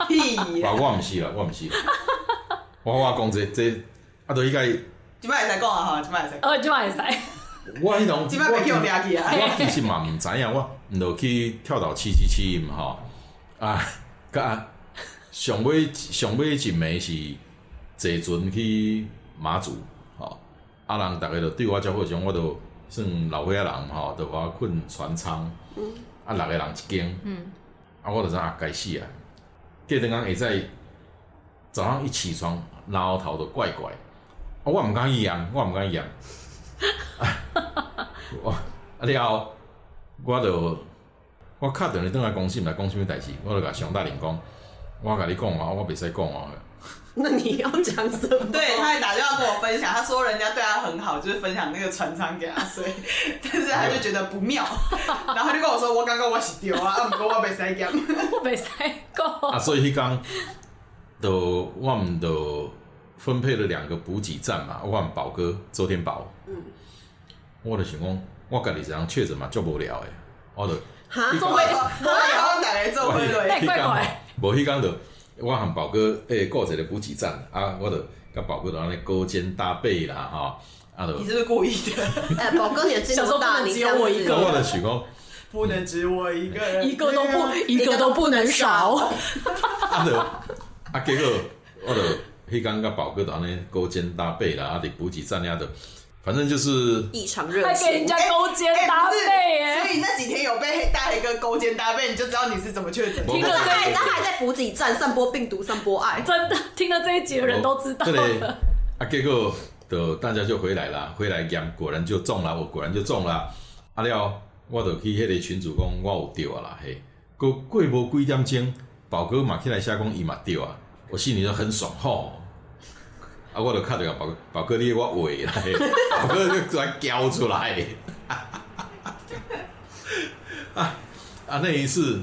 屁啊， 呀，我毋是啦，我毋是啦。我我讲这这，啊，都应该今麦才讲啊哈，今麦才讲，呃，今晚也塞，我迄种，今麦被叫我抓起啊，我其实嘛毋知影，我毋就去跳岛七七七嘛吼。啊，甲上尾上尾一暝是坐船去马祖吼，啊人逐个就对我照顾，像我都算老岁仔人吼，就把我困船舱，啊六个人一间，嗯啊我就知影啊该死啊，隔天工会在早上一起床，挠头就怪怪，啊我毋敢伊养，我毋敢啊伊养，我啊了后我就。我敲电话转来公司，毋知讲什物代志，我就甲熊大林讲，我甲你讲啊，我袂使讲啊。 那你要讲什么？对，他还打电话跟我分享，他说人家对他很好，就是分享那个船舱给他睡， 但是他就觉得不 妙，然后他就跟我说我刚刚我是丢啊，啊，不过我没塞咸，我没塞够。啊，所以迄工，就我们就分配了两个补给站嘛，我们宝哥周天宝，嗯，我就想讲，我家己一人确诊嘛，足无聊诶，我就哈，你这干么嘛我然后奶奶做回来，怪怪无迄工就我和宝哥诶过一个补给站啊，我就甲宝哥就安尼勾肩搭背啦吼，啊就你，是不是故意的？哎，宝哥，你的金小时多候大？不能你只这有样我一啊个子，我就想讲。不能只我一个人，一个都对啊不，一个都不能少。 啊就啊，结果我就迄天甲宝哥就安尼勾肩搭背啦，啊伫补给站遐就，反正就是异常热还给人情。家勾肩哎搭不是背耶，所以那几天有被大黑哥勾肩搭背，你就知道你是怎么确诊的。我听了他还这他还在补给站散播病毒、散播爱，真的听了这一集的人都知道这个了。啊，结果就大家就回来啦，回来验果然就中啦，我果然就中啦。啊了，我就去迄个群主讲我有着啊啦嘿，过过无几点钟，宝哥嘛起来写讲伊嘛着啊，我心里就很爽吼。啊，我就看着宝哥，宝哥你我话啦，嘿宝哥就突然叫出来。啊啊，那一次，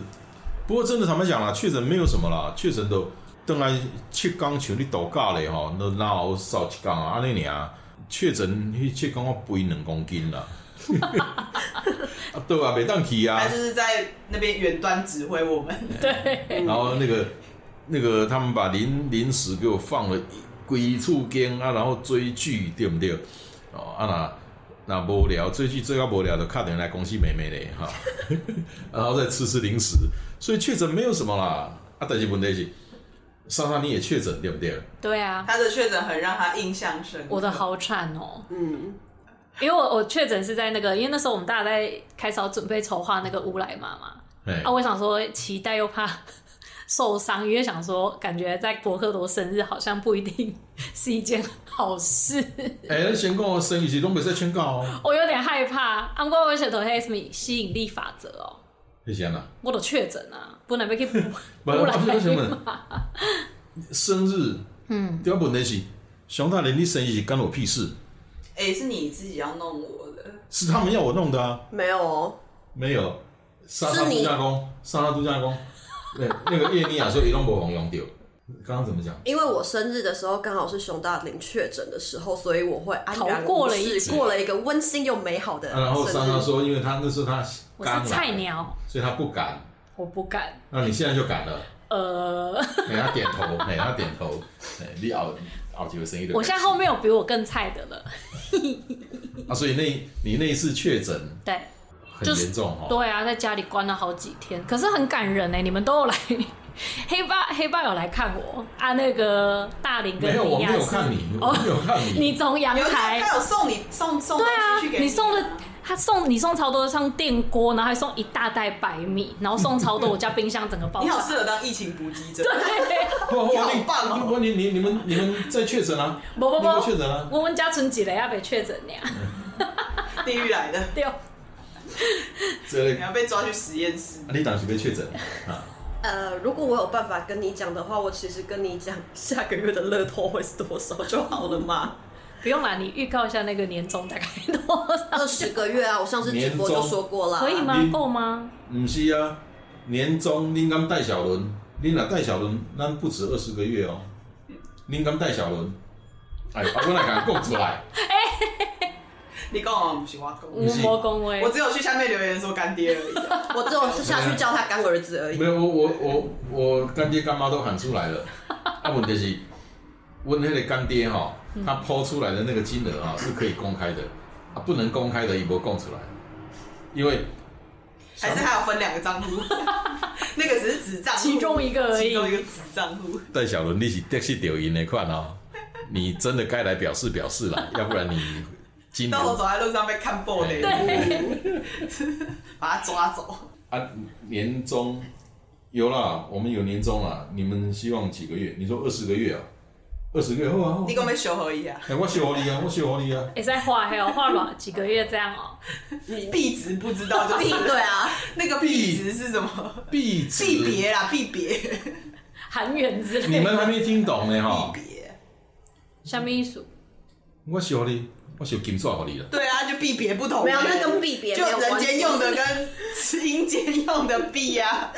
不过真的坦白讲啦，确诊没有什么啦，确诊都等来七天像你度假咧吼，那那有少一天啊，安尼尔确诊迄七天我肥两公斤啦， 啊对啊，袂当去啊他，就是在那边远端指挥我们，然后那个那个他们把零零食给我放了鬼畜间啊，然后追剧对不对？哦啊那。那无聊，追剧追到无聊的，打电话来公司妹妹嘞哈， 然后再吃吃零食，所以确诊没有什么啦。啊，但是问题是，莎莎你也确诊对不对？对啊，他的确诊很让他印象深刻。我的好惨哦、嗯，因为我我确诊是在那个，因为那时候我们大家在开始要准备筹划那个乌来妈妈哎啊，我想说期待又怕 受伤，因为想说感觉在博克多生日好像不一定 是一件好事， 哎、咱先讲哦生意是拢袂使劝告哦，我有点害怕。安过我写头黑什么吸引力法则哦，你是安啦。我都确诊啊，不能被去 补，不不我然就是被想问生日，嗯，第二问题是，熊大人你生意是干我屁事，哎、是你自己要弄我的，是他们要我弄的啊，没有哦，没有。莎莎是度你假工，莎莎度假工，那那个叶妮亚说移动博红用掉，刚刚怎么讲？因为我生日的时候刚好是熊大林确诊的时候，所以我会安然逃过无了一事，劫过了一个温馨又美好的啊、然后莎莎生日。说，因为她那时候她我刚是菜来，鸟，所以她不敢。我不敢。那你现在就敢了，呃，给她点头，给她点头，哎，你熬熬几个生意的。我现在后面有比我更菜的了。啊，所以那你那一次确诊对很就是严重哦，对啊，在家里关了好几天，可是很感人哎、你们都有来。 黑爸黑爸有来看我啊，那个大林跟没有，我米没娅有是看你，我哦，没有看你， 你从阳有台他他有送你送送对东啊西去，给你啊送了他送你送超多，像电锅，然后还送一大袋白米，然后送超多，我家冰箱整个爆哦 你炸 好。适合当疫情补给者，不不，你好棒哦不你你你们你们在确诊啊？不不你们确不，诊嗯啊？我们家存几个要被确诊呢？地狱来的，对，哦这类你要被抓去实验室。啊你当时被确诊啊？呃，如果我有办法跟你讲的话，我其实跟你讲下个月的乐透会是多少就好了 嘛。不用啦，你预告一下那个年终大概多少？二十个月啊，我上次直播就说过啊啦。可以吗你？够吗？不是啊，年终恁敢带小轮？恁若带小轮，咱不止二十个月哦。恁敢带小轮？哎，啊我来敢讲出来，你讲我不是我讲，无魔恭维我，只有去下面留言说干爹而已啊。 我只有下去叫他干儿子 而已没。有我我我我干爹干妈都喊出来了。啊，问题是，我那个干爹哈、他抛出来的那个金额啊、是可以公开的，啊不能公开的也不供出来，因为还是还有分两个账 户，那个只是子账户，其中一个而已其中一个子账户。戴小伦你是得是丢赢那款哦，你真的该来表示表示了，要不然你今年到时候走在路上被看爆雷，对把他抓走。啊年终有啦，我们有年终啦，你们希望几个月？你说二十个月啊？二十个月后啊？好啊你讲要修合一啊，哎、我修你啊，我修你啊，也在画，还有画了几个月这样哦。币值不知道就是对啊，那个币值是什么？币币值，别啦，币别，韩元之你类的。们还没听懂呢币哈，别。下面一数，我修你，我修金刷给你了。对啊，就币别不同。没有那跟币别就没有人关系间用的跟阴间用的币啊，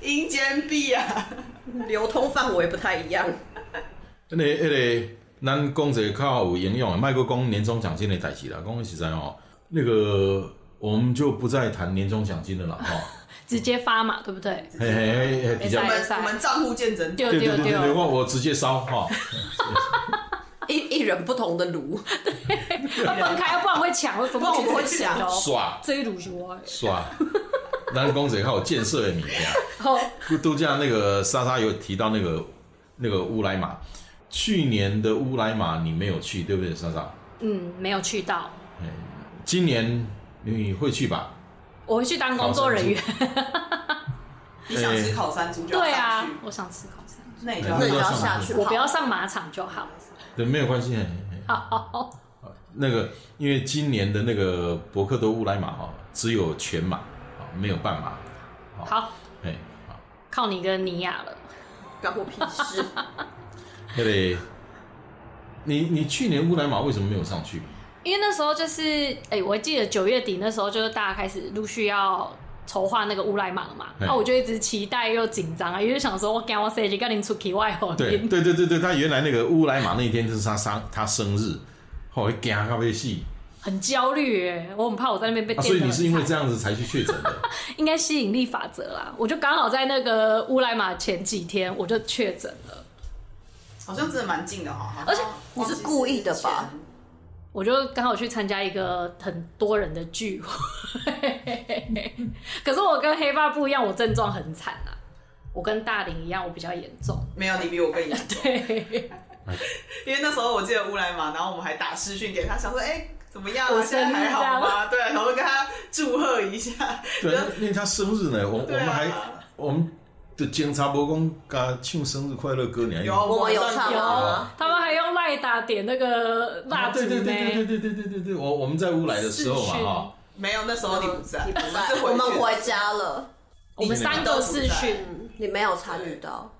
阴间币 啊。流通范围不太一样。迄、个、迄、个，咱讲一个较有营养的，莫佫讲年终奖金的代志啦。讲实在哦，那个我们就不再谈年终奖金的了哈。直接发嘛，对不对？嘿嘿嘿，嘿比较我哎们我们账户见证，丢对对丢对对对，丢，我我直接烧哈。一一人不同的炉，要分开，要不然会抢，不然我们会抢 哦。刷这一卤熟啊，刷，咱讲一个较有建设的物 件。好，度假那个莎莎有提到那个那个乌来马，去年的乌来马你没有去，对不对，莎莎？嗯，没有去到，哎今年你会去吧？我会去当工作人员。 你想吃烤山猪就要对上啊去，，我想吃烤山，那你就哎要啊那那你个就上要去下去跑。我不要上马场就好。对，没有关系。嘿嘿好，那个，因为今年的那个博克多乌来马哦，只有全马哦，没有半马。好，哎，好靠你跟尼亚了。干我屁事！ 那个，你你去年乌来马为什么没有上去？因为那时候就是，哎、我记得九月底那时候就是大家开始陆续要筹划那个乌来马了嘛，嗯那、我就一直期待又紧张啊，因为想说我跟我谁去跟你出去外好对面，对对对对，他原来那个乌来马那一天就是他生他生日，后来惊到被戏很焦虑哎，我很怕我在那边被啊，电、所以你是因为这样子才去确诊的。应该吸引力法则啦，我就刚好在那个乌来马前几天我就确诊了，好像真的蛮近的哈。而且你是故意的吧？我就刚好去参加一个很多人的聚会， 可是我跟黑爸不一样，我症状很惨啊，我跟大林一样，我比较严重，没有，你比我更 严重。 因为那时候我记得乌来嘛，然后我们还打视讯给他，想说，哎、怎么样、啊？我现在生日还这好样吗？对，然后跟他祝贺一下。 对，因为他生日呢，我我对啊们还我们就警察无讲甲唱生日快乐歌尔。有啊我们有晚上唱哦有吗他们还用赖打点那个蜡烛对对对对呢，对对对对对，我我们在乌来的时候嘛视讯哈，没有，那时候你不在，你不在是回去我们回家了，我们三个视讯，嗯，你没有参与到，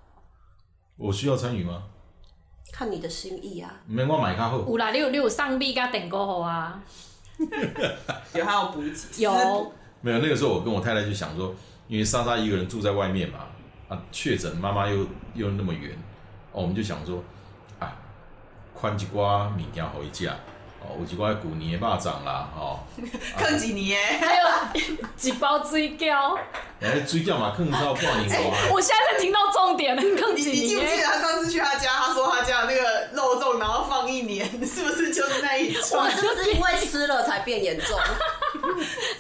我需要参与吗？看你的心意啊。没我买较好，有啦，你有你有上臂跟点过后啊，有还有补给，有没有那个时候我跟我太太就想说，因为莎莎一个人住在外面嘛，啊确诊妈妈又又那么远，哦我们就想说，啊，宽一寡物件互伊食，哦有一寡旧年的肉粽啦，哦，坑几年，还有几包追胶，哎水饺嘛更到半年多啊。我现在才听到重点，更你几你记不记得年，他上次去他家，他说他家的那个肉粽，然后放一年，是不是就是那一我串？是不是因为吃了才变严 重？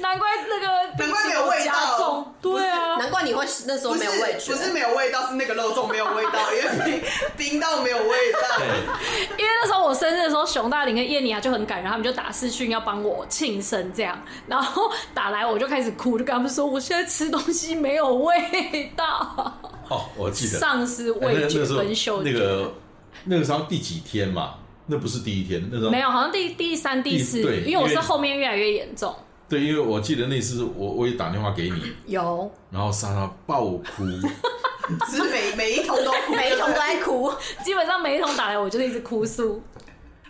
难怪那个难怪没有味道加重，对啊，难怪你会那时候不没有味是觉。不是没有味道，是那个肉粽没有味道，因为冰冰到没有味哎道。对，因为那时候我生日的时候，熊大林跟叶妮啊就很感人，他们就打视讯要帮我庆生这样，然后打来我就开始哭，就跟他们说我现在吃东西没有味道，哦，我记得丧失哎那味觉那时候跟嗅觉。那个那个时候第几天嘛？那不是第一天，那时候没有，好像第第三、第四第，对因为我因是为后面越来越严重。对，因为我记得那次我我也打电话给你，有，然后莎莎爆哭， 是每每一桶都苦，每一桶都在哭， 基本上每一通打来，我就是一直哭诉。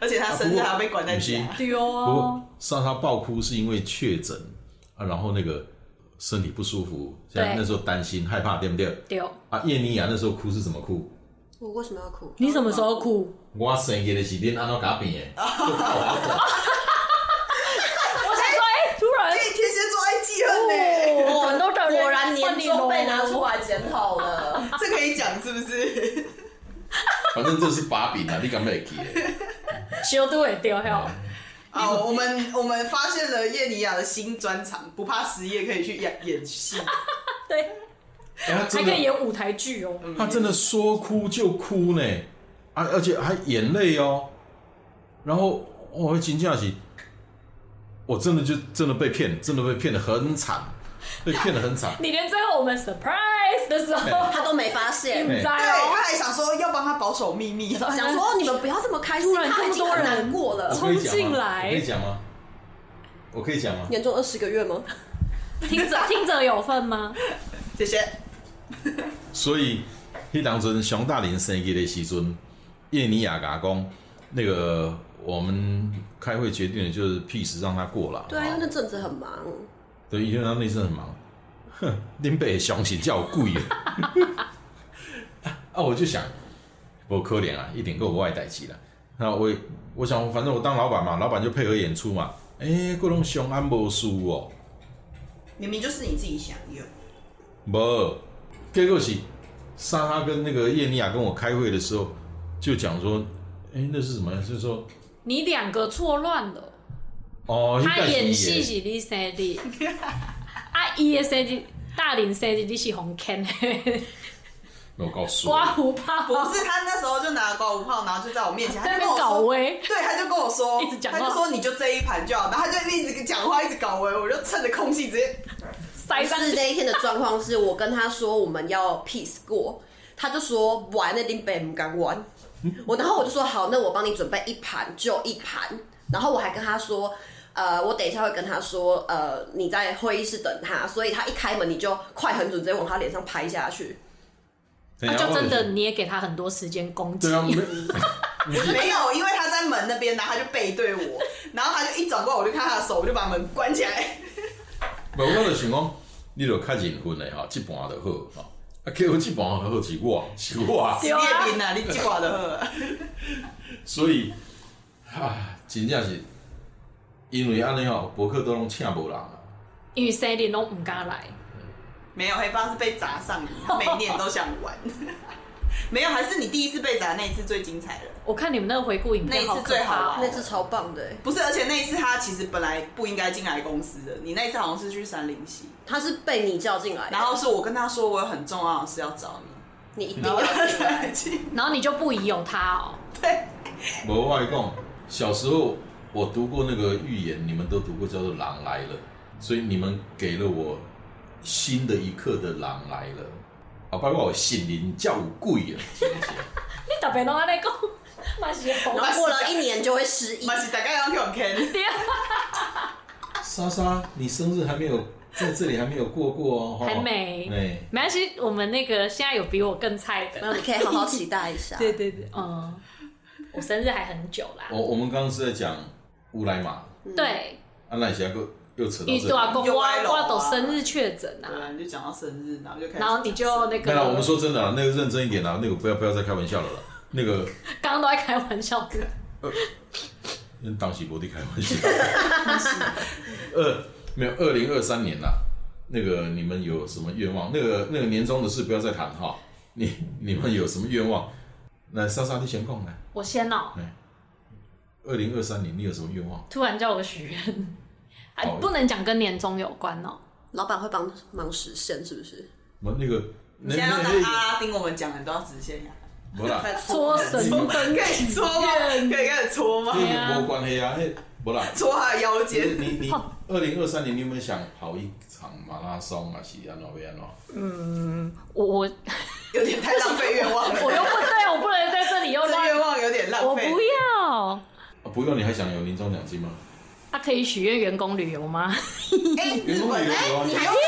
而且他生日还要被管在家啊。丢、不哦过，莎莎爆哭是因为确诊啊，然后那个身体不舒服，现在对那时候担心害怕，对不对？丢，啊，叶妮雅那时候哭是怎么哭？我为什么要哭？你什么时候哭？我生日的时阵安怎搞病的？我想说，哎、突哎，然，天蝎座爱记恨呢，哦，很多的人果然年终被拿出来，来检讨了。这可以讲是不是？反正这是把 柄啊，你敢不会记得？修都会丢掉。啊，我们我们发现了叶尼亚的新专场，不怕失业可以去演演戏，对，哎她还真可的以演舞台剧哦。他真的说哭就哭呢，啊，而且还眼泪哦。然后我惊讶起，我真的就真的被骗，真的被骗的很惨，被骗的很惨。 你连最后我们 surprise 的时 候，他都没发现，你对在对，哦他，还想说要帮他保守秘密， 想说你们不要这么开心，突然他已这经么多很人难过了冲。我可以讲吗进来我可以讲吗？我可以讲吗？年终二十个月吗？听着听着有份吗？谢谢。所以，迄当阵熊大林生日的时阵，叶尼亚甲讲，那个我们开会决定的就是 peace 让他过了。 对啊，因为好那阵子很忙，对，因为他那阵很忙。哼，林北相信叫贵 的。啊，我就想，我可怜啊，一点够不爱代志啦。那我也我想，反正我当老板嘛，老板就配合演出嘛。哎、各种相安无事哦、明明就是你自己想用，无，结果是莎莎跟那个叶尼亚跟我开会的时候，就讲说，哎、那是什么？就是说，你两个错乱了。哦，那他代志演的戏是你生的，啊，伊的生的大龄生的你是红 can 的，我告诉刮 你，胡泡，不是他那时候就拿了高五炮，然后就在我面前，他哦在那就边跟我搞说，威，对，他就跟我说， 一直讲话他就说你就这一盘就好，然后他就一直讲话，一直搞我，欸我就趁着空隙直接， 塞上是去，那一天的状况是我跟他说我们要 peace 过，他就说玩那林北不敢玩，我然后我就说好，那我帮你准备一盘就一盘，然后我还跟他说。呃，我等一下会跟他说，呃，你在会议室等他，所以他一开门你就快很准，直接往他脸上拍下去。那那就真的你也给他很多时间攻击对，啊，没没有，因为他在门那边，然后他就背对 我，然后他就一转过来，我就看他的手，我就把门关起来。无，我就想讲，你著较认份的吼，即盘就好吼。啊，结果即盘好是我，是我， 对啊叶斌啊，你记挂的 呵，所以，啊，真正是因为安尼吼，博客都拢请无人啊。因为生的拢唔敢来，没有黑帮是被砸上瘾，啊他每一年都想玩。 没有，还是你第一次被砸那一次最精彩了。我看你们那个回顾影那一片次好可最好怕玩哦，那次超棒的欸、不是，而且那一次他其实本来不应该进来公司的，你那一次好像是去三林溪，他是被你叫进来的，然后是我跟他说我有很重要的事要找你，你一定然后要他进才来。进。然后你就不疑有他哦，无，我跟你讲，小时候我读过那个寓言，你们都读过，叫做《狼来了》，所以你们给了我新的一刻的《狼来了》啊，后摆我有信任才有鬼啊，是不是？你特别拢安尼讲， 嘛是好然后过了一年就会失 忆 嘛。是大概要去我 K，对啊，莎莎，你生日还没有在这里还没有过过哦，吼还没哎，没关系，我们那个现在有比我更菜的。那你可以好好期待一 下。对对对，嗯，我生日还很久啦。我我们刚刚是在讲乌来马，对，啊，那你现在又又扯到你这里对啊，来。公有我歪楼啊我都生日确诊对啊，啊，你就讲到生日，然后就开始，然后你就那没有啦，我们个说真的啦，那个认真一点啦，那个不要不要再开玩笑了啦，那个刚刚都在开玩笑的，当时不得开玩笑。二没有二零二三年啦，那个你们有什么愿望？那个那个年终的事不要再谈哈。你你们有什么愿望？来，莎莎你先讲来。我先哦、二零二三年你有什么愿望？突然叫我许愿，哎好，不能讲跟年终有关哦、老板会帮忙实现，是不是？我那个你那现在要那当那阿拉丁，我们讲的都要实现呀。无啦， 搓神灯可以搓吗？可以开始搓吗那？个无关系啊，那无啦。搓下腰你间，你你，二零二三年你有没有想跑一场马拉松啊？是安怎要安怎？我我有点太浪费愿望了。我又不对啊，我不能在这里又这乱愿，望有点我浪费。不要。啊，不用，你还想有年终奖金吗？他、可以许愿员工旅游吗？哎，员日工旅本游哎，有啊你还有是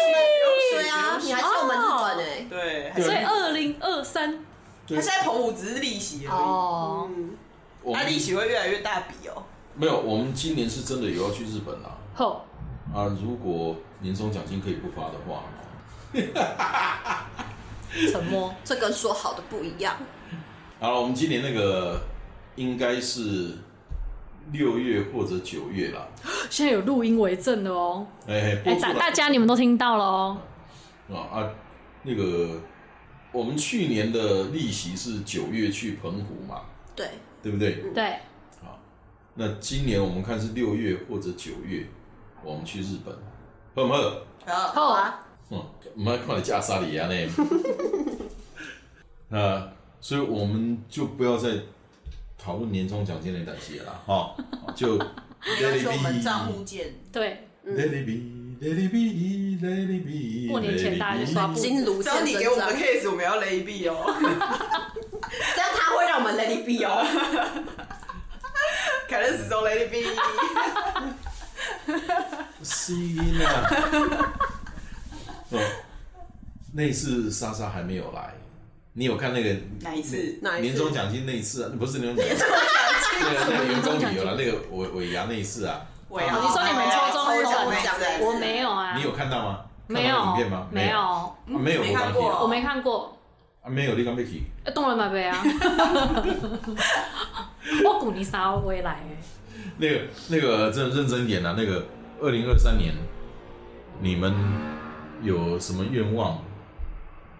水对啊，你还是我们日本哎、对，对所以二零二三他现在澎湖只是利息而哦，嗯我已，他们利息会越来越大笔哦。没有，我们今年是真的有要去日本啊后啊！如果年终奖金可以不发的话，沉默。这跟说好的不一样。好了，我们今年那个应该是六月或者九月啦。现在有录音为证的哦。哎，播哎，出大来大家你们都听到了哦。啊啊，那个我们去年的利息是九月去澎湖嘛，对，对不对？对，那今年我们看是六月或者九月，我们去日本，好不好？然后后嗯，我们看你加沙里亚啊呢。 那啊所以我们就不要再讨论年终奖金的东西了啦，哈、就 let 你要 it 说我们 be，let 账户见，对， it be，let it be，let it be。过年前大家就刷不金炉只要见你真给我们章的，case，我们要雷币哦。 这样他会让我们 Lady B 哦。凯伦始终雷币，吸音啊！ 哦，那一次莎莎还没有来，你有看那个哪一 次？哪一次年终奖金那一次啊？不是年终 奖金，那个那个员工旅游了，啊那个尾尾牙那一次啊，我要。哦你说你们抽中抽中那一次奖我没有啊你，有看到吗？没看到那有影片吗？，没有，啊没有嗯没我看刚过提了我没看过。啊，没有你刚被提。呃动了买 杯啊！我鼓你啥回来哎，那个那个，真的认真一点啊！那个二零二三年，你们有什么愿望，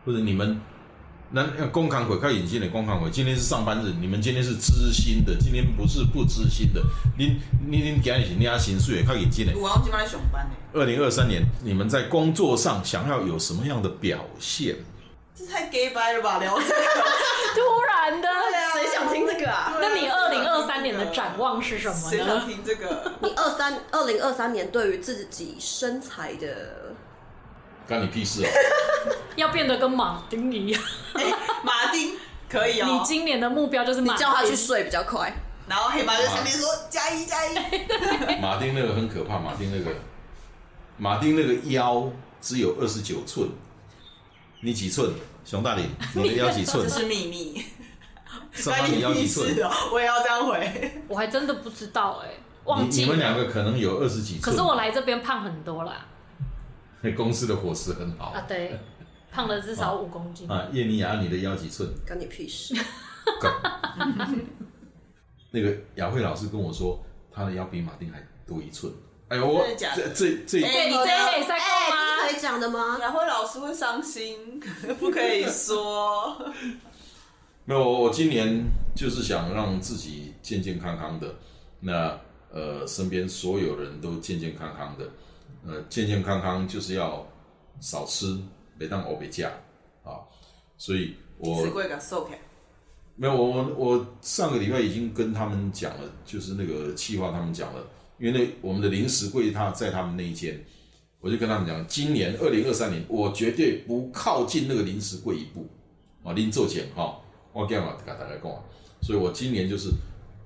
或者你们那呃工扛鬼靠引进的工扛鬼，今天是上班日，你们今天是知心的，今天不是不知心的。您您您今日是领薪水靠引进的。我要今晚熊班欸呢，二零二三年，你们在工作上想要有什么样的表现？这太 gay 掰了吧？聊这突然的。谁想听这个啊？ 那你二零二三年的展望是什么谁想呢？听这个？你二三二零二三年对于自己身材的，干你屁事哦！要变得跟马丁一样。 哎，马丁可以你哦。今年的目标就是你马丁。叫他去睡比较快。然后黑马就在下面说加一加一，马丁那个很可怕，马丁那个，马丁那个腰只有二十九寸，你几寸？熊大林，你的腰几寸这？是秘密。上班你腰几 寸？是哦，我也要这样回。我还真的不知道哎，你忘你记们两了。个可能有二十几可寸。是我来这边胖很多啦。公司的伙食很好啊，对，胖了至少五公斤。啊。叶尼雅，你的腰几寸？关你屁事！那个雅慧老师跟我说，她的腰比马丁还多一寸。哎呦，我真的假这的这这哎你这也在干嘛哎这是可以讲的吗？然后老师会伤 心，不可以说。没有，我我今年就是想让自己健健康康的，那呃，身边所有人都健健康康的，呃，健健康康就是要少吃，别当欧北价啊，所以我只会给瘦开。没有，我我我上个礼拜已经跟他们讲了，就是那个气话他们讲了，因为那我们的零食柜他在他们那一间，我就跟他们讲，今年二零二三年，我绝对不靠近那个零食柜一步。哦，临走前哈、我干嘛跟大家讲啊？所以我今年就是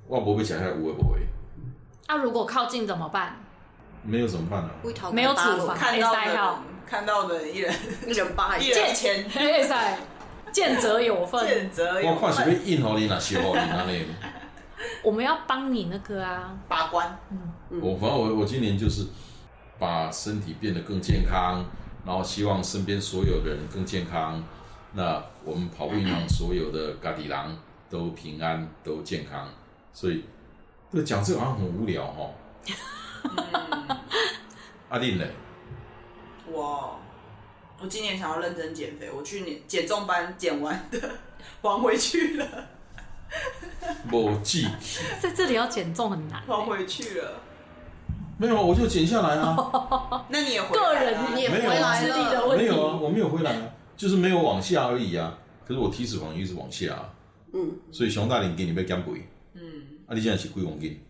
我不会想下来，我会不会那、啊如果靠近怎么办？ 没有怎么办呢、龟头没有八楼处罚啊哎看到的可以塞人到看到的人一人一人八一一人钱哎塞，见者有份，见责我有看是要印好你，哪修好你哪里？我们要帮你那个啊，把关，我反正我我今年就是把身体变得更健康，然后希望身边所有人更健康。那我们跑步银行所有的咖喱狼都平安都健康，所以这讲这个好像很无聊哈、哦。 阿令嘞，我我今年想要认真减肥，我去年减重班减完的， 还回去 了，我记在这里要减重很难、还回去了。没有啊，我就减下来啊，那哦你也回个来人啊你也没有回来没有了，啊的问没题有啊，我没有回来啊，就是没有往下而已啊。可是我体脂肪一直往下啊，嗯，所以熊大林给你被减肥，嗯，啊，你现在是几公斤？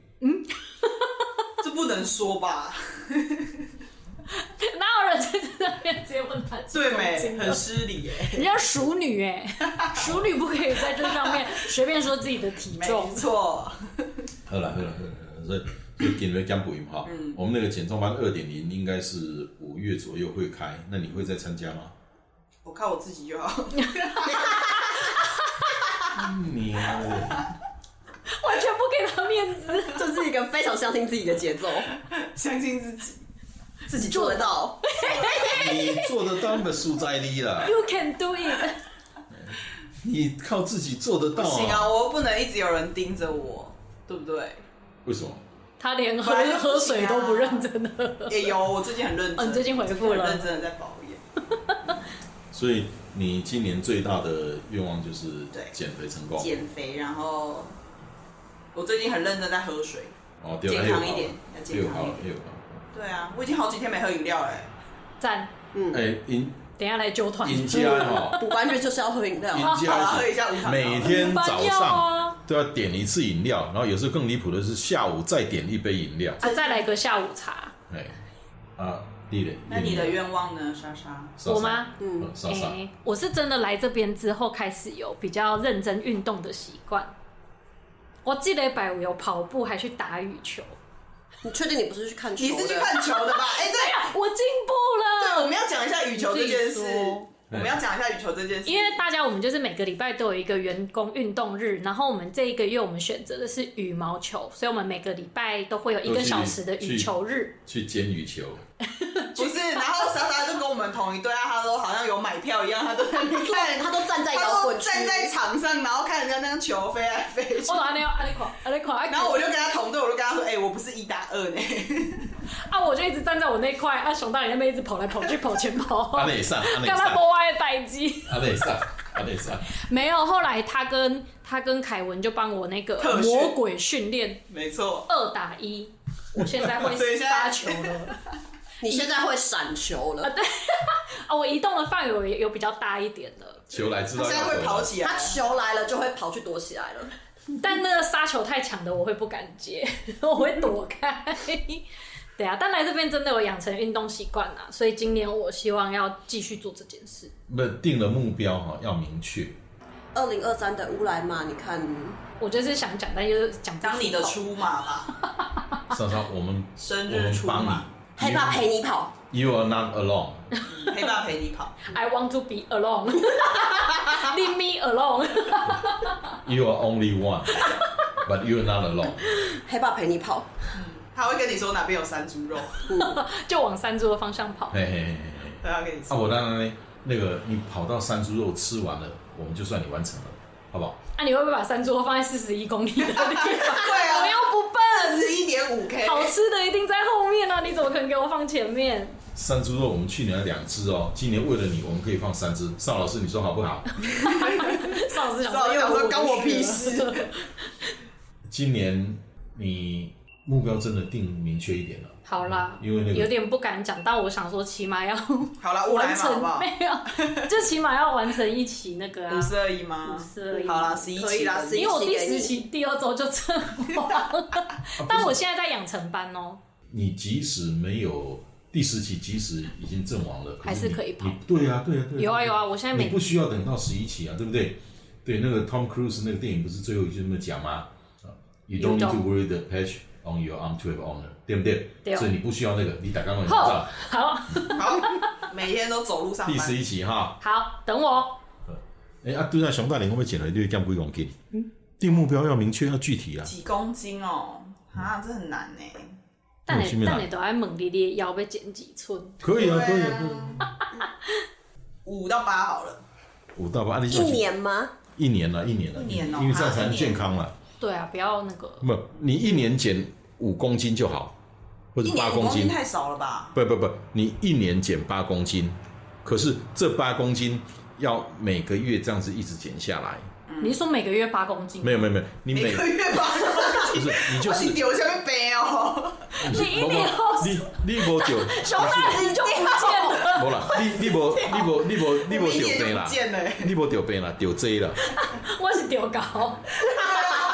这不能说 吧？哪有人在那边直接问他几公对没？斤的很失礼哎、 人家熟女哎、熟女不可以在这上 面随便说自己的体没重。错，喝了喝了喝了，所以所以减肥减肥嘛哈。我们那个减重班二点零应该是五月左右会开，那你会再参加吗？我看我自己就好。你啊，完全不给他面子。这是一个非常相信自己的节奏，相信自己。自己做得到。你做得到本输在你了， You can do it。你靠自己做得到哦不行啊啊，？我又不能一直有人盯着我，对不对？为什么？他连喝本来就不行啊喝水都不认真的。 也有，我最近很认哦真，你最近回复了很认真的在保养。所以你今年最大的愿望就是对减肥成功。减肥，然后我最近很认真在喝水。哦，对健康一点要健又康好了一，又好对啊，我已经好几天没喝饮料了欸。赞，了。哎，赢等一啊下来揪团。赢家哈，补完日就是要喝饮料，赢好了，家喝一是下无糖。每天早班要上啊，都要点一次饮料，然后有时候更离谱的是下午再点一杯饮料。啊再来个下午茶。哎，啊，你嘞？那你的愿望呢，莎莎？莎莎我吗？嗯，莎莎，哎我是真的来这边之后开始有比较认真运动的习惯。我记得百有跑步，还去打羽球。你确定你不是去看球你的？是去看球的吧？哎，对啊，我进步对，我了。们要讲一下羽球这件事自己说。我们要讲一下羽球这件事，因为大家我们就是每个礼拜都有一个员工运动日，然后我们这一个月我们选择的是羽毛球，所以我们每个礼拜都会有一个小时的羽球日。去捡羽球，不是，然后莎莎就跟我们同一队啊，她都好像有买票一样，她都在那边看，他都站在她摇都滚区，站在场上，然后看人家那样球飞来飞去我。哪里要阿里垮阿里垮，啊然后我就跟她同队，我就跟她说：“哎、我不是一打二呢。啊我就一直站在我那块，啊熊大人那边一直跑来跑去跑前跑哦后阿，内上，阿内干上，嘛国外的代机？阿内上，阿内上，没有，后来他跟他跟凯文就帮我那个特训魔鬼训练”没错，二打一，我现在会所以现在杀球 了。你现在会闪球了，啊，我移动的范围有有比较大一点了，球来知她道现要在会回跑来。起来他。球来了就会跑去躲起来了。但那个杀球太强的，我会不敢接， 我会躲开。对啊，但来这边真的有养成运动习惯啊，所以今年我希望要继续做这件事。不定了目标哈，要明确。二零二三的乌来嘛，你看我就是想讲，但就是讲不出口当你的出马吧，莎莎，我们 生我日们出帮马，你。黑爸陪你跑， You are not alone。 黑爸陪你跑。 I want to be alone, leave me alone。 You are only one。But you are not alone。 黑爸陪你跑，他会跟你说哪边有山猪 肉，就往山猪的方向跑。嘿嘿嘿嘿嘿。他要跟你啊，说。我当然呢，那个你跑到山猪肉吃完了，我们就算你完成了，好不好？那、啊你会不会把山猪放在四十一公里的地方？对啊我又不二笨，十一点五 K，好吃的一定在后面啊！你怎么可能给我放前面？山猪肉我们去年有两只哦，今年为了你，我们可以放三只。邵老师，你说好不好？邵老师想邵老说，师想说又干我屁事。今年你目标真的定明确一点了， 好啦，因为那啊有个点不敢讲，但我想说，起码要好了，我来完嘛，好不成，好？没有，就起码要完成一期那个啊五。十二亿吗？ 52亿好啦，十一可以期啦啦， 11十一因为我第给你十期第二周就阵啊 亡，但我现在在养成班哦、你即使没有第十期即使已经阵亡了，还是可以你跑你对啊，对啊，对啊。有啊有啊，啊，我现在你每不需要等到十一期啊，对不对？对，那个 Tom Cruise 那个电影不是最后一句这么讲吗啊？You You don't need to don't. worry the patch on your arm to have honor，对不对？对哦所以你不需要那个，你打刚刚你知吼道。好好，每天都走路上第班十。一期哈，好等我，哎啊，对啊，熊大林会不会捡了一堆干不用给你？嗯定目标要明确，要具体啊。几公斤哦，啊，这很难呢。但有什你么啦但你都爱问你你的腰要减几寸？可以啊，可以对啊啊，可以啊。五到八好了，五到八，啊你一就年吗？一年了，一年了，一年哦因为这样才还有一能年健康了。对啊，不要那个不，你一年减五公斤就好，或者一八年五公公斤斤。太少了吧？不不不，你一年减八公斤，可是这八公斤要每个月这样子一直减下来。嗯你是说每个月八公斤？ 没有没有没有，你每每个月八公不斤，是你就我 是是丢下面背哦。不是你一不不年后你你无酒，熊大人就不见了，无啦，你你无你无你无你无明酒年杯就啦 不，见了欸，你无酒杯啦，酒醉啦。我是丢高，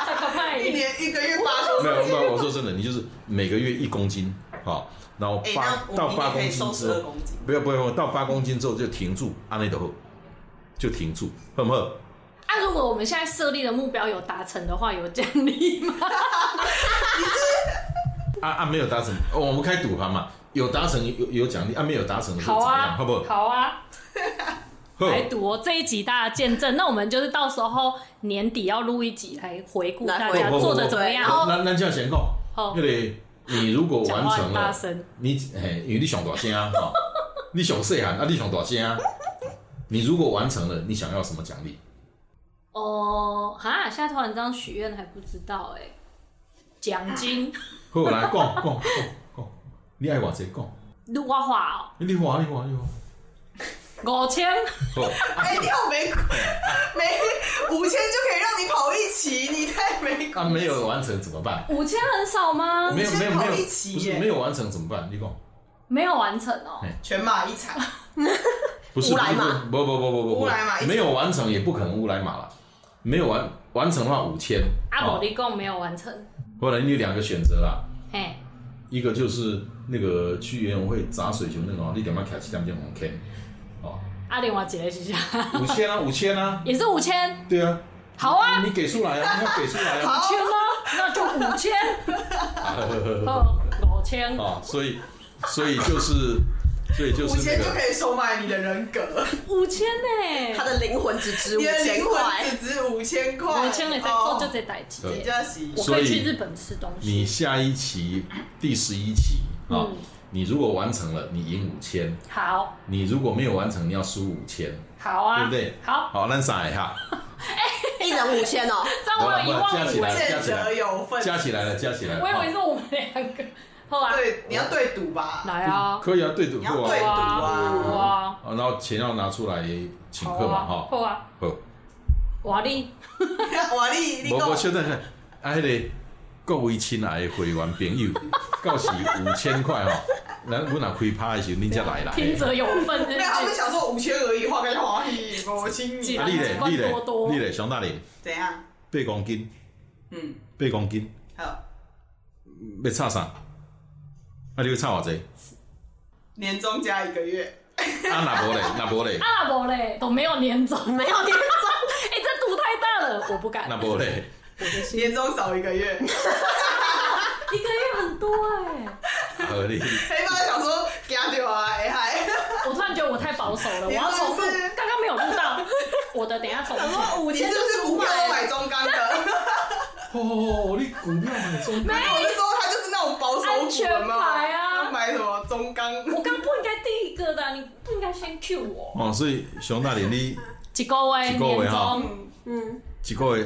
太可怕一了。年一个月八公 没斤。有没有，我说真的，你就是每个月一公斤，好，然后哎，八那到我明八年可公以斤瘦之十后二。公斤。不要不要，到八公斤之后就停住，安内的后就停住，恨不恨？那啊如果我们现在设立的目标有达成的话，有奖励吗？ 啊啊，没有达成，哦我们开赌盘嘛，有达成有有奖励，啊没有达成的时好候怎么啊，样？好不好？好啊，好来赌哦！这一集大家见证，那我们就是到时候年底要录一集来回顾来大回家顾做的怎么然样。后那那这样先讲，好那个你如果讲完话成很大了，声，你嘿，因为你想大声啊，哈，你想细汉啊，你想大声啊，你如果完成了，你想要什么奖励？哦，哈，现在突然这样许愿还不知道哎、奖金好，来讲讲讲讲，你爱我谁讲？录画画你话你话你话，哦，五千，好，啊哎，你好没骨没五千就可以让你跑一期，你太没骨啊没有完成怎么办？五千很少吗？没有没有没有，跑一不起是耶没有完成怎么办？你讲。没有完成哦、哎全马一场，不是乌来马，不是不不不不不不，乌来马一直没有完成也不可能乌来马了，没有完完成的话五千，啊阿哦伯利贡没有完成，或者你有两个选择啦，哎，一个就是那个去园委会砸水球那个哦，你点嘛卡起两件红 K，哦，阿玲我解啊了一下，五千啊五千啊， 也是五千，对啊，好啊，你给出来啊，你要给出来啊，五千吗？那就五千， 哦，五 千，啊，所以所以就是所以就五是那千就个可以收买你的人格，五千欸呢、他的灵魂只值五你的千灵块魂。只值五千块，五千你在做就哦这代志对比较喜我可以去日本吃东你西。下一期第十一期啊嗯，你如果完成了，你赢五千；好，你如果没有完成，你要输五千。好啊，对不对好，好，咱傻一下，一人五千哦，这样我有一加万起五来哎，见者有份，加起来了，加起来了。我以为是我们两个，好啊，对，你要对赌吧，来啊啊，可以啊，对赌你要过对赌啊，好啊，啊，啊然后钱要拿出来请好客嘛，啊，哈，好啊，好，瓦力，哇，你你无讲无小等下，啊，迄个各位亲爱的会员朋友，到时五千块哈，咱阮若开趴的时候，恁才来啦。听者有份，真没有，的他们是想说五千而已，花个花一，我亲你几啊，万你嘞，你嘞多多，你嘞，熊大林，怎样？八公斤，嗯，八公斤，好，要差啥？啊，你要差偌济？年终加一个月，啊，若无嘞，若无嘞，阿拉伯嘞，都啊没有年终，没有年终，哎，这赌太大了，我不敢，若无嘞，我不信，年终少一个月，一个月很多哎，合理。黑爸想说加掉啊，哎嗨，我突然觉得我太保守了，我你要重录是不是，刚刚没有录到，我的等一下重录，五你是千不是五股百票都买中钢的？哦，你股票买中没我就说他就是那种保守安股全了嘛，牌啊要买什么中钢？我刚不应该第一个的，啊你不应该先 Q 我。哦，所以熊大林你。一个月一个月年哈终，嗯，一个月，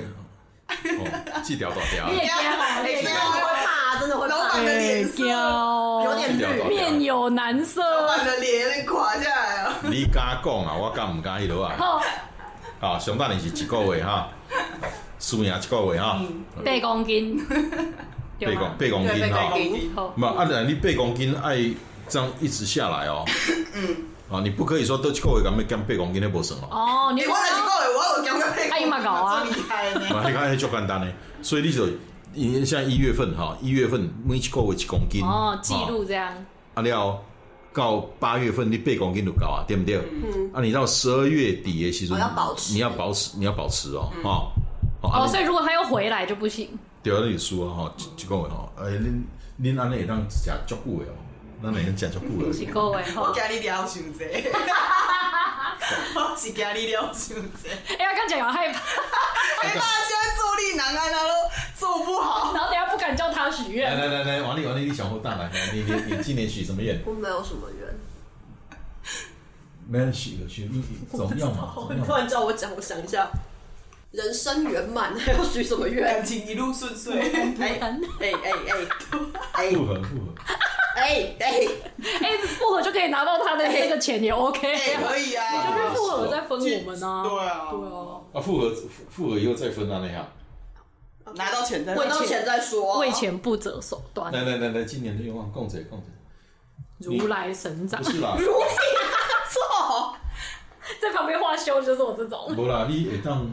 哦，几条大条你，也惊啊！哎你也真惊的啊会怕，真的会老怕板，的脸色，有点这条啊大绿。哎面条。有难老色。板的脸垮下来了。你敢讲啊？我敢唔敢迄落啊？好，啊，熊大人是一个月哈，输赢一个月哈，八公斤，八对公吗八公对斤八哈公，斤好，嘛啊，然你八公斤爱这样一直下来哦，嗯，啊，你不可以说都一个月咁要减八公斤那无算哦，哦，你你我来一个月，我有讲过哎嘛搞啊厉害呢！嘛，你看迄足简单诶，所以你就。因像一月份哈，一月份每一个月一公斤哦，记录这样，啊了，到八月份你八公斤就高啊，对不对？嗯。啊，你到十二月底的时候，我要保持你要保持，你要保持哦，哦，哦，啊所以如果他又回来就不行。对啊，你输啊吼，即个月吼，哎，恁恁安尼会当食足久的哦，咱会当食足久是的。各位我哈，惊你了伤济，我是惊你了伤济。哎呀，刚讲有害怕，哎，爸现在做力难安啊，都做不好。然后等下不敢叫他许来愿。来来来，王力王力，你想后蛋来，你你你今年许什么愿？我没有什么人。没人许了，许你总要嘛，总要突嘛。然叫我讲，我想一下，人生圆满还要许什么愿感？情一路顺遂，哎，哎哎哎复合复合，哎哎， 哎，复合就可以拿到他的那个钱也 OK 哎啊。可以啊因。为复合在分我们呢。对啊对哦。啊复合复复合以后再分啊那样。拿到钱再我到钱再说。为钱不择手段，来来来来，今年的愿望共者共者，如来神掌不，是啦，如意做， 在旁边画修就是我这种。无啦，你会当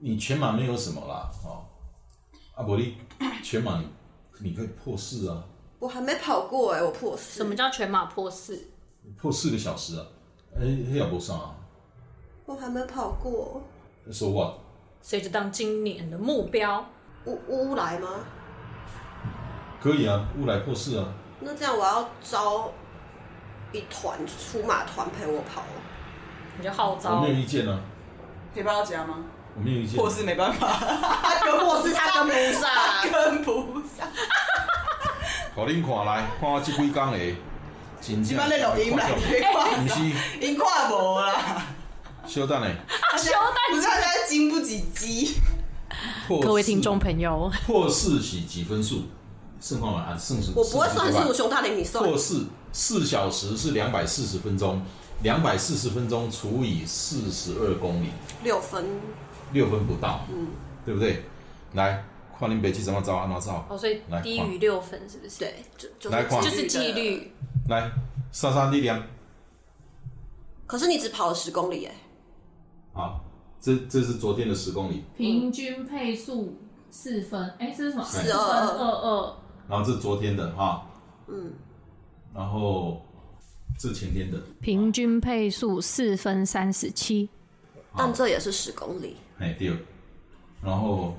你全满没有什么啦，哦，啊无你全满你可以破四啊， 我还没跑过哎，我破四。什么？叫全马破四？破四个小时啊，哎迄也无啥啊。我还没跑过。 So what？所以就当今年的目标。乌乌来吗？可以啊，乌来破四啊，那这样我要招一团出马团陪我跑。你就号我召没有意见啊，陪伴到家吗？我没有意见。我是没办法，他跟我是他跟不上，跟不上。互恁看来，看我即几工的，真正。今摆咧录 音来，哎你看毋，是，因看无啦。稍等嘞。修不是他现在经不起激，破四各位听众，朋友，破四是几分数？算看嘛，啊，算是。我不会算是是我熊大林，你算。破四四小时是两百四十分钟，两百四十分钟除以四十二公里，六分，六分不到，嗯，对不对？来，看恁北去怎么走，安怎走？哦，所以来低看于六分是不是？，对，就就来是跨就是纪。律。来，莎莎力量，可是你只跑了十公里哎，好，这这是昨天的十公里，平均配速四分，哎、这是什么？四二二二二，然后这是昨天的哈，嗯，然后这前天的，平均配速四分三十七。嗯但这也是十公里。哎对，然后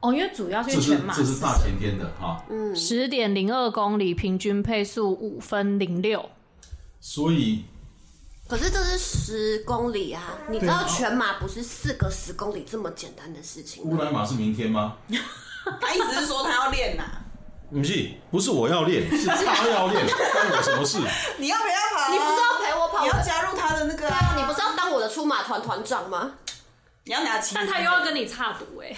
哦，因为主要这是是全马这是大前天的哈，十点零二公里，平均配速五分零六。所以可是这是十公里啊！你知道全马不是四个十公里这么简单的事情乌吗。来马是明天吗？他意思是说他要练呐。不是，不是我要练，是他要练，关我什么事？你要陪他跑啊？你不是要陪我跑你的？要对加入他的那个啊，你不是要当我的出马团团长吗？ 你要拿旗子，但他又要跟你差赌 哎、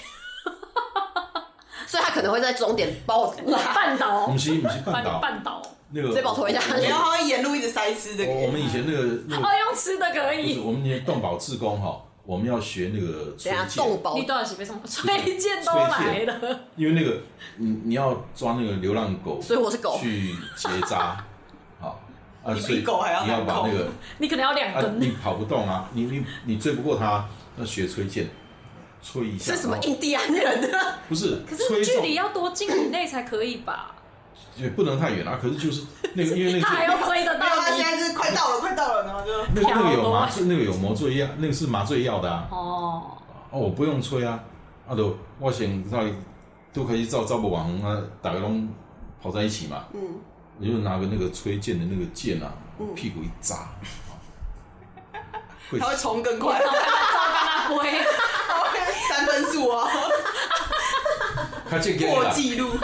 所以他可能会在终点把我拉， 绊倒不，是，不是把半你岛绊倒。那个，直接把我拖下你去。要他会沿路一直塞吃的给我你。我们以前那个那哦个，，用吃的可不是以。我们以前动保志工哈，我们要学那个等吹一下箭，动保你多少级被什么？崔健都来了，因为那个你你要抓那个流浪狗，所以我是狗去结扎，好啊，比所以狗还要你要难把控那个你可能要 两啊，根。你跑不动啊，你你你追不过它，要学吹箭，吹一下是什么然后印第安人啊？不是，可吹是距中离要多近以内才可以吧？也不能太远啊，可是 就是那个因为那个他还要推得没有，到他现你。在就是快到了，快到了，然后就那个那个有麻醉，那个有麻醉药，那个是麻醉药的啊。哦，哦，我不用吹啊，啊都我先到都可以照照不网红啊，打个拢跑在一起嘛。嗯，我就拿个那个吹箭的那个箭啊，屁股一扎，会他会冲更 快，糟糕啦，不会。他会三分速哦，他这给你破啦，纪录。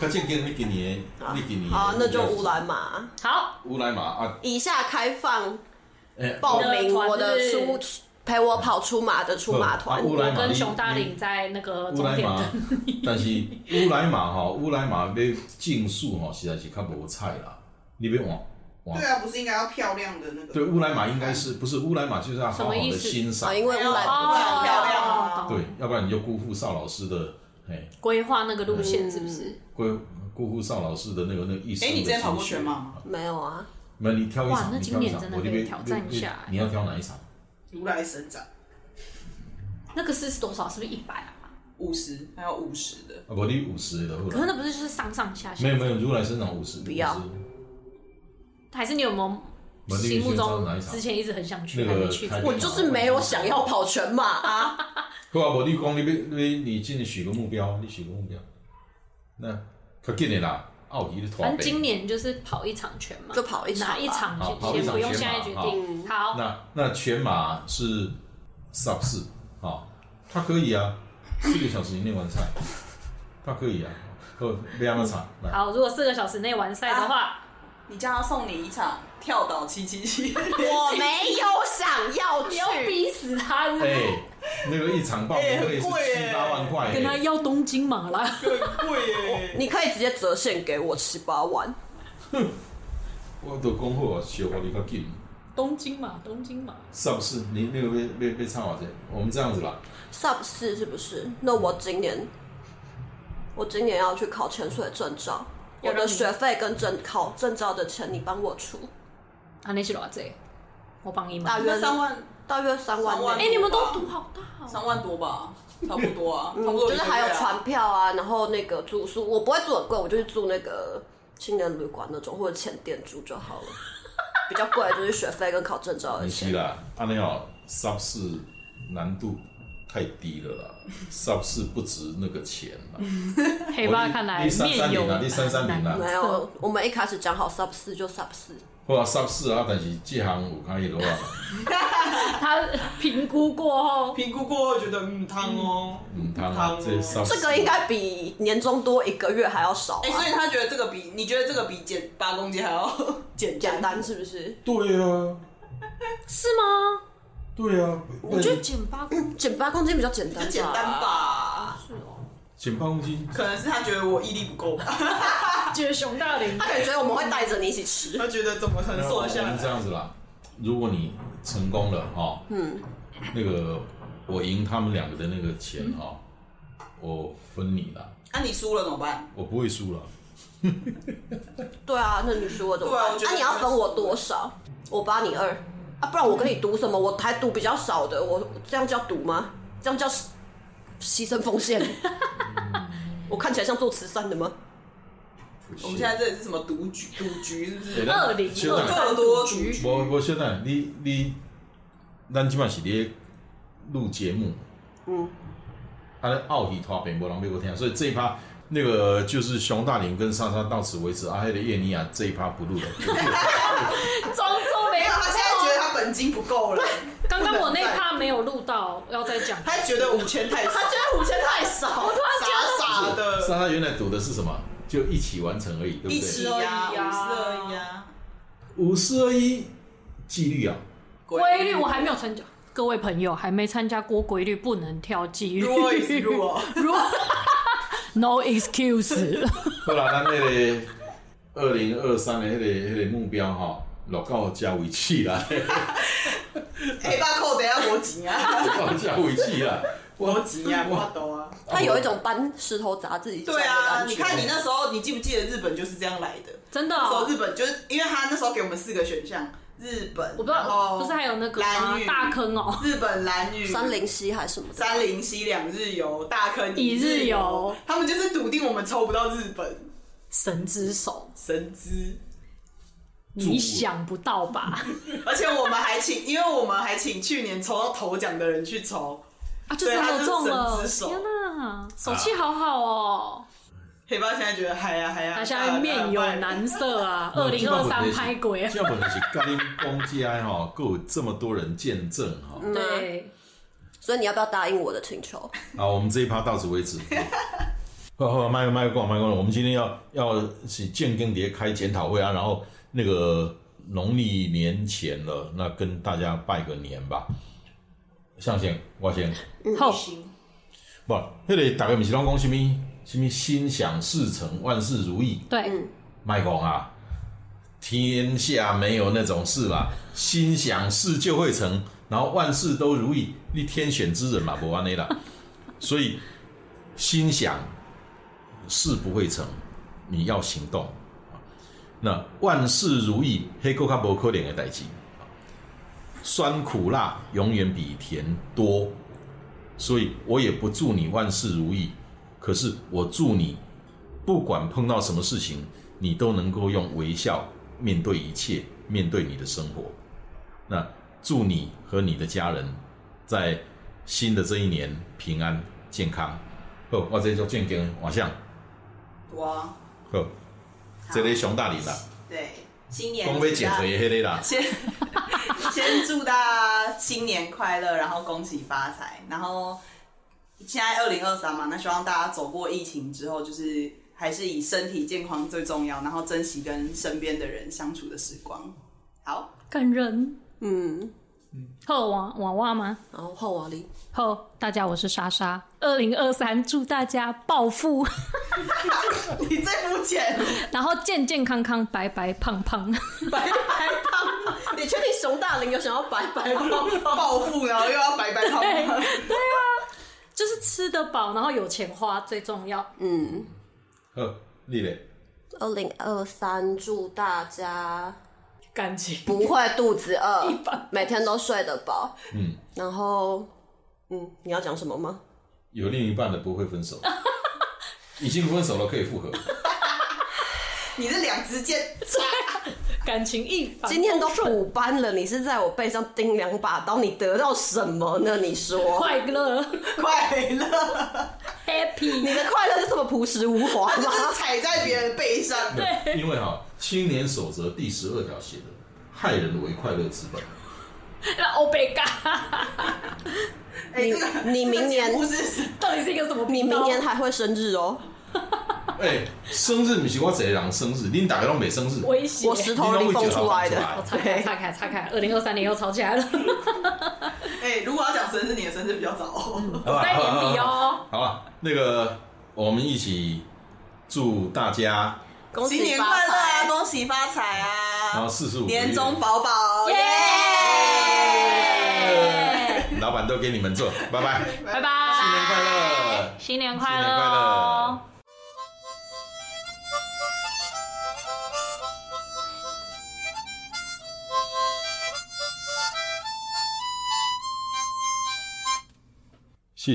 他这给你给你，你给你 好，那就乌来马。好，乌来马啊，以下开放哎，报你的名团我的是出陪我跑出马的出马团啊。乌来我马跟你熊大你林在那个乌终来点 马等。，但是乌来马吼，乌来马要竞速吼，实在是较无彩啦。你要换换对啊，不是应该要漂亮的那个？对乌来马应该是不是乌来马就是要好好什么意的思欣赏啊，，因为乌来哦马漂亮啊懂对，要不然你就辜负邵老师的哎，规划那个路线是不是？辜辜负邵老师的那个那个一生哎，的你之前跑过心血全马？吗？没有啊，没有，你挑一哇场，那你今挑一年场真，的我就可以被挑战一下你要挑哪一场？啊如来神掌，那个是多少？是不是一百啊？五十还有五十的，啊，我你五十的，可是那不是就是上上下下？没有没有，如来生长五十，不要50还是你有没有门心绿目勋章哪中一场之？前一直很想去，那个还没去？台我就是没有想要跑全马啊，好啊，无你讲你要你你真的许个目标，你许个目标，那较紧的啦，奥迪的拖反正背今年就是跑一场全马，就跑一场吧哪一场好跑一先场不用全现马在决定。好，那那全马是 sub 四啊，他可以啊，四个小时以内完赛，他可以啊，呃，两个场来，好，如果四个小时内完赛的啊话，你叫他送你一场跳岛七七七，我没有想要你要去。逼死他，哎、那个一场报名费是哎很贵耶七八万块、跟他欸，要东京马拉。很贵耶。你可以直接折现给我十八万，我都讲好啊，小我你较紧。东京马，东京马， sub 四，你那个被被被唱好这，我们这样子啦，上市是不是？那我今年，我今年要去考潜水证照，我要的让你学费跟证考证照的钱你帮我出，啊，那是多少钱？我帮你买。大哎、约那三万，大约三三万万内。你们都读好大哦！三万多吧，差不多啊，差嗯不多就一是个月啊还有船票啊，然后那个住宿，我不会住很贵，我就是住那个青年旅馆那种或者浅店住 就好了。比较贵的就是学费跟考证照的没钱事。啦，安尼哦，sub 四难度太低了啦，sub 四不值那个钱啦。黑爸看来第三三面有零啊，第三三零啊，没哦有，我们一开始讲好 sub 四就 sub 四，或 sub 四啊，但是这行有可以的话，他评估过后，评估过后觉得嗯汤哦，嗯，他汤啦哦，这 sub 这个应该比年终多一个月还要少啊哎，吧？所以他觉得这个比你觉得这个比减八公斤还要简简单，单是不是？对啊，是吗？对啊，我觉得减八公减八公斤比较简单吧，嗯简单吧？是哦，减八公斤，可能是他觉得我毅力不够吧，觉得熊大林他可能觉得我们会带着你一起吃。他觉得怎么可能瘦得下我们这来？样子啦，如果你成功了哈，嗯，那个我赢他们两个的那个钱哈，我分你啦，那啊你输了怎么办？我不会输了。对啊，那你说我怎么对啊办我？觉那、得你要分我多少？我八你二啊，不然我跟你赌什么？我还赌比较少的，我这样叫赌吗？这样叫牺牺牲 奉献？我看起来像做慈善的吗？我们现在这里是什么赌局？赌局是不是？二零现在二三各赌多局，无无现在你你，咱即摆是咧录节目，嗯，啊，咱奥体拖平无人要我听，所以这一趴那个就是熊大林跟莎莎到此为止，啊，迄个叶尼亚这一趴不录了，装作没没有，他现在觉得他本金不够了，刚刚我那趴没有录到，要再讲。他觉得五千太少，他觉得五千太少，我突然傻傻的， 莎莎原来赌的是什么？就一起完成而已，对不一对？起呀，对五四二一啊，五四二一纪律啊，规律我还没有参加，各位朋友还没参加过规律不能跳纪律。 rule is rule。如 no excuse，好啦，咱迄个二零二三的迄、个迄、个目标吼、落到遮为止啦， 哎，爸扣等下我钱啊，落到遮为止啦，我钱啊，我懂啊。他有一种搬石头砸自己脚的对感啊，觉。你看你那时候，你记不记得日本就是这样来的？真的那时哦、候日本就是因为他那时候给我们四个选项，日本，我不知然道，后不是还有那个吗蓝屿大坑哦、日本蓝屿三零七还是什么的？三零西两日游大坑一日游游，他们就是笃定我们抽不到日本神之手，神之，你想不到 吧？而且我们还请，因为我们还请去年抽到头奖的人去抽，啊，就真的中了！对他就是神之手啊天哪、手气好好哦、黑豹现在觉得嗨呀嗨呀，他现在面有难色啊，二零二三拍鬼啊。这本是跟恁公家吼，够有这么多人见证哈。嗯啊对，所以你要不要答应我的请求？好，我们这一趴到此为 止。好好，麦克麦克过麦克过，我们今天要要是建更迭开检讨会啊，然后那个农历年前了，那跟大家拜个年吧。上先，我先，嗯好，不，迄、个大家不是拢讲什么什么心想事成，万事如意。嗯对，麦讲啊，天下没有那种事啦，心想事就会成，然后万事都如意，你天选之人嘛，不完内啦。所以心想事不会成，你要行动。那万事如意，黑够卡伯可怜的代志，酸苦辣永远比甜多，所以我也不祝你万事如意，可是我祝你不管碰到什么事情，你都能够用微笑面对一切，面对你的生活。那祝你和你的家人在新的这一年平安健康。好，我这就健康往向我好，这个熊大林啦，对新年讲要减大家肥的迄个啦，先 先祝大家新年快乐，然后恭喜发财。然后现在二零二三嘛，那希望大家走过疫情之后，就是还是以身体健康最重要，然后珍惜跟身边的人相处的时光。好， 感人。嗯，好，娃娃娃吗？然后嗯换啊瓦林，好，大家我是莎莎。二零二三，祝大家暴富， 你最肤浅，然后健健康康、白白胖胖。 白白胖胖。你确定熊大林有想要白白 胖胖？暴富，然后又要白白胖胖。就是吃得饱，然后有钱花最重要。嗯，好，你嘞？二零二三祝大家感情不会肚子饿一般，每天都睡得饱。嗯，然后，嗯，你要讲什么吗？有另一半的不会分手，已经分手了可以复合。你这两支箭，感情一帆今天都补班了，你是在我背上钉两把刀，你得到什么呢？你说，快乐快 乐，你 happy。的快乐是这么朴实无华就吗？是踩在别人的背上。因为哈、青年守则第十二条写的，害人为快乐之本。欧贝嘎 哎、这个你你明年这个节目是到底是一个什么你频道？明年还会生日哦，哎、生日不是我一个人生日，恁大家都没生日。威胁我石头里蹦出来你都会觉得好我的。岔开，岔开，岔开！二零二三年又吵起来 了，哎、如果要讲生日，你的生日比较早哦。嗯好吧在好吧年底好吧哦。好了，那个我们一起祝大家，恭新喜年发快乐啊！财！恭喜发财然后啊！四十五年终宝宝，耶！耶！老板都给你们做，拜拜，新 拜拜，新年快乐。新年快快乐乐哦哦！谢